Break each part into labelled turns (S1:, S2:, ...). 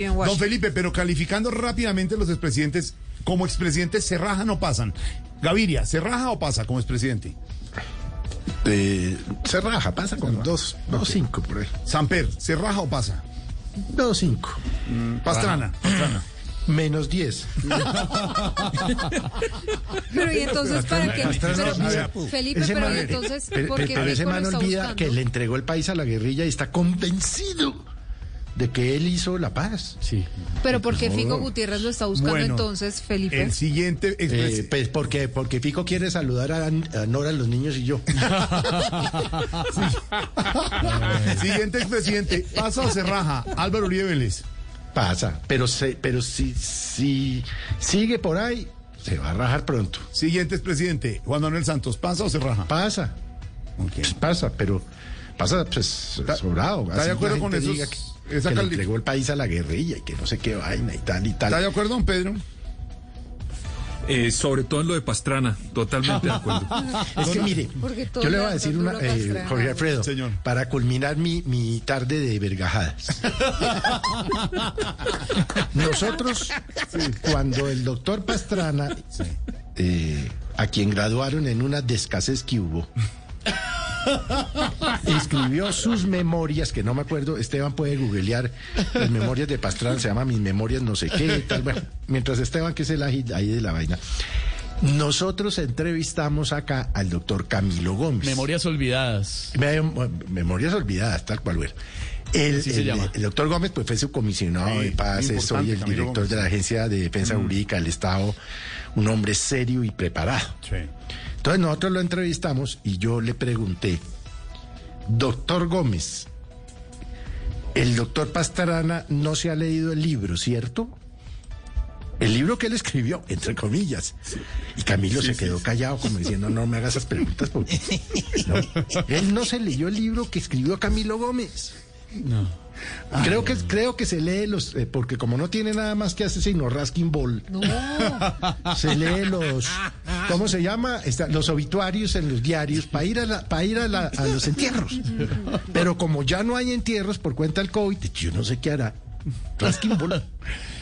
S1: Don Felipe, pero calificando rápidamente los expresidentes, como expresidentes se rajan o pasan. Gaviria, ¿se raja o pasa como expresidente? Este,
S2: Eh, se raja, pasa con dos, dos cinco por ahí.
S1: Samper, ¿se raja o pasa?
S2: Dos cinco.
S1: Mm, Pastrana, Pastrana.
S2: Menos diez.
S3: Pero y entonces para qué
S2: Pastrana
S3: Pero,
S2: olvida-
S3: Felipe,
S2: ese
S3: pero
S2: man-
S3: ¿y entonces
S2: pero-
S3: por
S2: pero-
S3: qué
S2: pero ese
S3: Fico lo
S2: man
S3: está
S2: olvida
S3: buscando?
S2: que le entregó el país a la guerrilla y está convencido de que él hizo la paz.
S4: Sí.
S3: pero porque Fico Gutiérrez lo está buscando
S1: Bueno,
S3: entonces, Felipe.
S1: El siguiente
S2: Eh,
S1: expresidente.
S2: pues porque, porque Fico quiere saludar a, a Nora, los niños y yo.
S1: siguiente expresidente, ¿pasa o se raja? Álvaro Uribe Vélez.
S2: Pasa, pero, se, pero si, si sigue por ahí, se va a rajar pronto.
S1: Siguiente expresidente, Juan Manuel Santos, ¿pasa o se raja?
S2: Pasa, pues pasa, pero pasa pues
S1: ¿Está-
S2: sobrado.
S1: está
S2: Así
S1: de acuerdo
S2: la gente
S1: con esos-
S2: diga que,
S1: esa
S2: que le
S1: cali-
S2: entregó el país a la guerrilla y que no sé qué vaina y tal y
S1: ¿Está
S2: tal.
S1: de acuerdo, don Pedro?
S5: Eh, sobre todo en lo de Pastrana, totalmente de acuerdo.
S2: Es que mire,
S3: Porque todo
S2: yo le
S3: le
S2: voy a
S3: hace
S2: decir
S3: duro
S2: una,
S3: a
S2: eh,
S3: Pastrana.
S2: Jorge Alfredo,
S1: Señor.
S2: para culminar mi, mi tarde de vergajadas. Nosotros, cuando el doctor Pastrana, eh, a quien graduaron en una descasez que hubo, escribió sus memorias, que no me acuerdo, Esteban puede googlear las memorias de Pastrana, se llama Mis Memorias no sé qué, tal, bueno, mientras Esteban, que es el ágil ahí de la vaina. Nosotros entrevistamos acá al doctor Camilo Gómez.
S4: Memorias olvidadas.
S2: Mem- Memorias olvidadas, tal cual, güey. El,
S4: Así se
S2: el-
S4: llama.
S2: el doctor Gómez pues, fue su comisionado
S1: Sí,
S2: de paz, eh,
S1: importante,
S2: soy el
S1: Camilo
S2: director
S1: Gómez.
S2: de la Agencia de Defensa Jurídica del Estado, un hombre serio y preparado. Entonces nosotros lo entrevistamos y yo le pregunté, doctor Gómez, el doctor Pastrana no se ha leído el libro, ¿cierto? El libro que él escribió, entre comillas. Y Camilo se quedó callado como diciendo, no me hagas esas preguntas. Porque... No. Él no se leyó el libro que escribió Camilo Gómez. No. Creo que, creo que se lee los, eh, porque como no tiene nada más que hacer sino Raskin Ball,
S3: No,
S2: se lee los, ¿cómo se llama? Está- los obituarios en los diarios para ir, a, la- pa' ir a, la- a los entierros. Pero como ya no hay entierros por cuenta del COVID, yo no sé qué hará. Raskin Ball.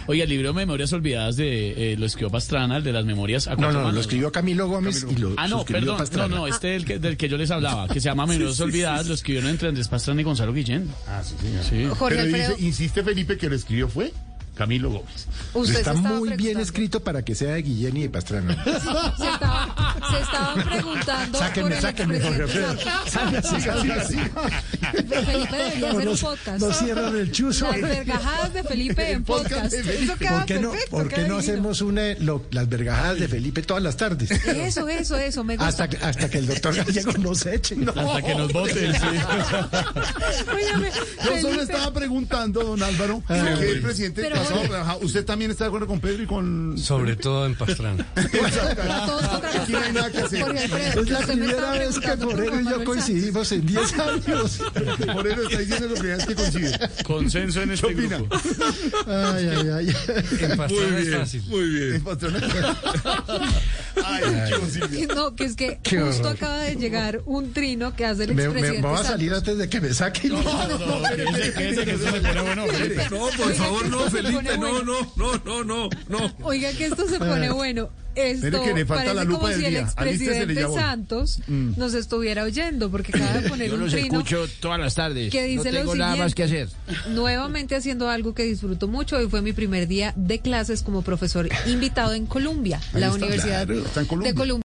S4: Oye, el libro Memorias olvidadas de eh, lo escribió Pastrana, el de las memorias. a
S2: No,
S4: cuatro
S2: no,
S4: manos,
S2: lo escribió Camilo Gómez y lo
S4: Ah, no,
S2: suscribió
S4: perdón. No,
S2: Pastrana.
S4: no, este del que, del que yo les hablaba, que se llama Memorias olvidadas, lo escribieron entre Andrés Pastrana y Gonzalo Guillén.
S1: Ah, sí, señor.
S4: Sí.
S3: Jorge
S1: Pero dice-
S3: Alfredo,
S1: insiste Felipe que lo escribió fue Camilo Gómez.
S3: usted
S2: Está
S3: se estaba
S2: muy bien
S3: preguntando-
S2: escrito para que sea de Guillén y de Pastrana.
S3: Se estaba, se estaban preguntando por
S2: Sáquenme,
S3: el
S2: sáquenme, Jorge Alfredo.
S3: expresidente
S2: Salga, siga, siga,
S4: Ah,
S2: siga.
S3: Santos. Felipe debería hacer un podcast.
S2: Nos cierran el chuzo.
S3: Las vergajadas de Felipe en
S1: podcast de
S3: podcast.
S1: Felipe.
S3: Eso queda
S2: ¿Por qué no,
S3: perfecto,
S2: por qué
S3: queda
S2: no
S3: divino.
S2: hacemos una, lo- las vergajadas de Felipe todas las tardes?
S3: Eso, eso, eso, me gusta.
S2: Hasta, que- hasta que el doctor Gallego nos eche.
S4: Hasta que nos voten, sí.
S3: Óyeme,
S1: Yo solo
S3: Felipe.
S1: estaba preguntando, don Álvaro,
S4: Ah,
S1: que el presidente
S3: Pero,
S1: pasó,
S3: oye.
S1: ajá, ¿Usted también está de acuerdo con Pedro y con
S6: Sobre todo en Pastrana.
S3: Todos contra los
S1: Aquí no hay nada que hacer.
S3: Jorge Alfredo,
S2: Es la
S3: usted me
S2: primera
S3: estaba
S2: vez que
S3: preguntando por
S2: Moreno y
S3: Juan
S2: yo
S3: Manuel
S2: coincidimos en 10 años.
S1: Moreno está diciendo lo primera vez que coincide.
S4: Consenso en este
S1: ¿Qué opina?
S4: grupo.
S2: Ay, ay, ay.
S6: En Pastrana es fácil.
S5: muy bien.
S1: Ay, John Silvia.
S3: Santos. No, que es que
S2: Qué
S3: justo
S2: horror.
S3: acaba de llegar un trino que hace el
S2: Me, me
S3: expresidente
S2: voy a
S3: Santos.
S2: salir antes de que me saquen.
S4: Quédese, quédese, que eso se pone bueno, Felipe.
S5: No, por
S3: Oiga,
S5: favor,
S3: que
S5: no,
S3: esto se
S5: Felipe,
S3: pone
S5: no,
S3: bueno.
S5: no, no, no, no, no.
S3: Oiga, que esto se pone bueno. Esto
S1: Mire que le falta
S3: parece
S1: la lupa
S3: como
S1: del
S3: si el
S1: día. Alístesele, ya
S3: expresidente
S1: voy.
S3: Santos
S1: Mm.
S3: nos estuviera oyendo, porque acaba de poner
S7: Yo
S3: un
S7: los
S3: trino
S7: escucho todas las tardes.
S3: que
S7: no
S3: dice
S7: tengo
S3: lo
S7: nada más que hacer.
S3: siguiente. Nuevamente haciendo algo que disfruto mucho. Hoy fue mi primer día de clases como profesor invitado en Colombia, la
S1: está,
S3: Universidad
S1: claro, está en Colombia.
S3: de Colombia.